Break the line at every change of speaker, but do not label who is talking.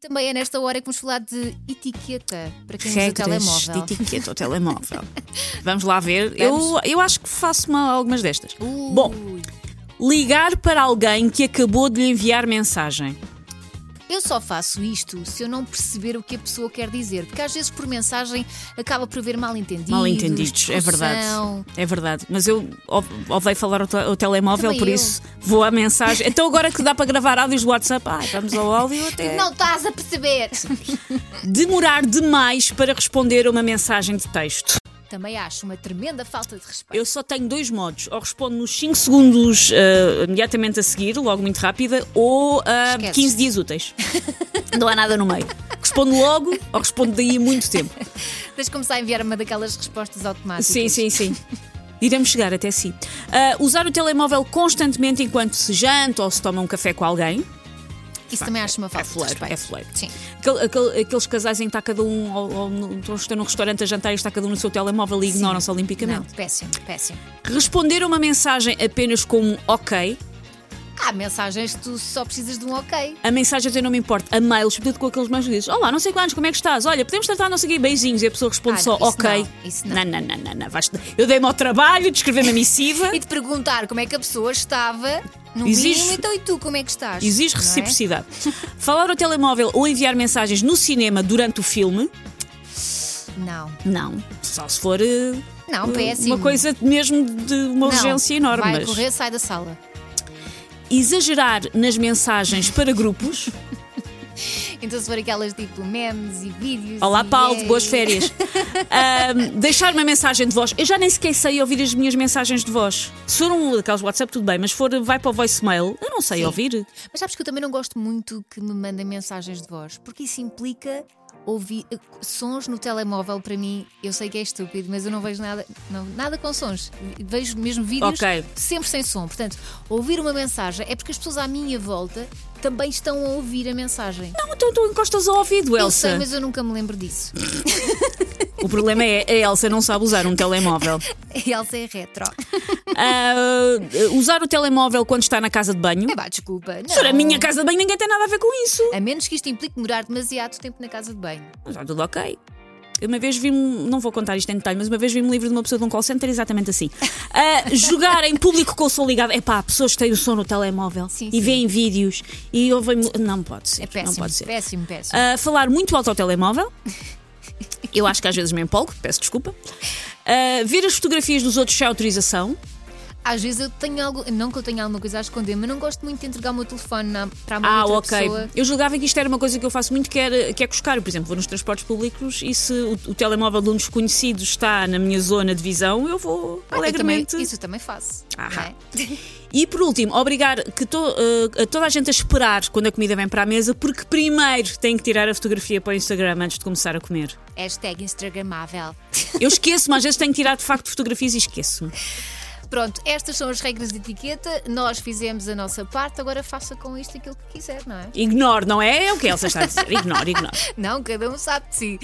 Também é nesta hora que vamos falar de etiqueta para quem usa
Regras de
telemóvel.
etiqueta ao telemóvel. Vamos lá ver. Eu, eu acho que faço uma- algumas destas.
Ui.
Bom, ligar para alguém que acabou de lhe enviar mensagem.
Eu só faço isto se eu não perceber o que a pessoa quer dizer, porque às vezes por mensagem acaba por haver mal entendidos.
Mal entendidos, é verdade.
discussão.
É verdade. Mas eu ou- ouvi falar ao, te- ao telemóvel,
Também
por
eu.
isso vou à mensagem. Então agora que dá para gravar áudios do WhatsApp, ai, vamos ao áudio até.
Não estás a perceber.
Demorar demais para responder a uma mensagem de texto.
Também acho uma tremenda falta de respeito.
Eu só tenho dois modos. Ou respondo nos 5 segundos ah, imediatamente a seguir, logo muito rápida, ou ah,
Esqueces.
15 dias úteis. Não há nada no meio. Respondo logo ou respondo daí a muito tempo.
Tens de começar a enviar uma daquelas respostas automáticas.
Sim, sim, sim. Iremos chegar até si. Ah, usar o telemóvel constantemente enquanto se janta ou se toma um café com alguém.
Isso também acho uma
É
falta de
fuleiro,
respeito.
é fuleiro.
Sim.
Aquele- aquele- aqueles casais em que está cada um, ou, ou no- estão- estão num restaurante a jantar e está cada um no seu telemóvel e ignoram-se
Não,
olimpicamente.
péssimo, péssimo.
Responder a uma mensagem apenas com um ok
Há mensagens que tu só precisas de um ok.
a mensagem até não me importa, a mail, sobretudo com aqueles mais dizes, olá, não sei quantos, como é que estás? Olha, podemos tratar não sei o quê, beijinhos, e a pessoa responde
Ah,
só,
não, isso
ok.
não, isso não.
não, não, não, não, vais- eu dei-me ao trabalho de escrever uma missiva,
E te perguntar como é que a pessoa estava no
Exige-
mínimo, então e tu como é que estás?
exige
Não é?
reciprocidade. Falar ao telemóvel ou enviar mensagens no cinema durante o filme,
Não.
não, só se for eh,
Não,
eh,
péssimo.
uma coisa mesmo de uma
Não.
urgência enorme.
Vai
mas
correr, sai da sala.
Exagerar nas mensagens para grupos,
Então se for aquelas tipo memes e vídeos.
Olá
e
Paulo,
é-
boas férias. Ahm, deixar uma mensagem de voz. Eu já nem sequer sei ouvir as minhas mensagens de voz. Se for um daqueles WhatsApp, tudo bem, mas se for vai para o voicemail, eu não sei
Sim.
ouvir.
Mas sabes que eu também não gosto muito que me mandem mensagens de voz, porque isso implica ouvir eh, sons no telemóvel para mim. Eu sei que é estúpido, mas eu não vejo nada, não, nada com sons. Vejo mesmo vídeos
Ok.
sempre sem som. Portanto, ouvir uma mensagem é porque as pessoas à minha volta também estão a ouvir a mensagem.
Não, então tu encostas ao ouvido,
eu
Elsa.
sei, mas eu nunca me lembro disso.
O problema é a Elsa não sabe usar um telemóvel.
A Elsa é retro.
Ah, usar o telemóvel quando está na casa de banho.
É pá, desculpa. Não.
Senhora, a minha casa de banho ninguém tem nada a ver com isso.
A menos que isto implique demorar demasiado tempo na casa de banho.
Está tudo ok. Eu Uma vez vi-me, não vou contar isto em detalhe, mas uma vez vi-me livro de uma pessoa de um call center exatamente assim. A jogar em público com o som ligado. Epá, pessoas que têm o som no telemóvel
Sim,
e
sim.
veem vídeos e ouvem. mu- Não pode ser.
É péssimo, é
não pode ser.
péssimo, péssimo.
A falar muito alto ao telemóvel. Eu acho que às vezes me empolgo, peço desculpa. A ver as fotografias dos outros sem autorização.
Às vezes eu tenho algo, não que eu tenha alguma coisa a esconder, mas não gosto muito de entregar o meu telefone na- para uma
Ah,
outra
ok.
pessoa.
Eu julgava que isto era uma coisa que eu faço muito, que, era, que é cuscar. Por exemplo, vou nos transportes públicos e se o, o telemóvel de um desconhecido está na minha zona de visão, eu vou
Ah, eu
alegremente.
também- isso eu também faço.
Ahá.
não é?
E por último, obrigar que to- eh, a toda a gente a esperar quando a comida vem para a mesa, porque primeiro tem que tirar a fotografia para o Instagram antes de começar a comer.
Hashtag Instagramável.
Eu esqueço-me, às vezes tenho que tirar de facto fotografias e esqueço-me.
Pronto, estas são as regras de etiqueta. Nós fizemos a nossa parte, agora faça com isto aquilo que quiser, não é?
Ignoro, não é? É o que a Elsa está a dizer. Ignoro, ignoro.
Não, cada um sabe de si.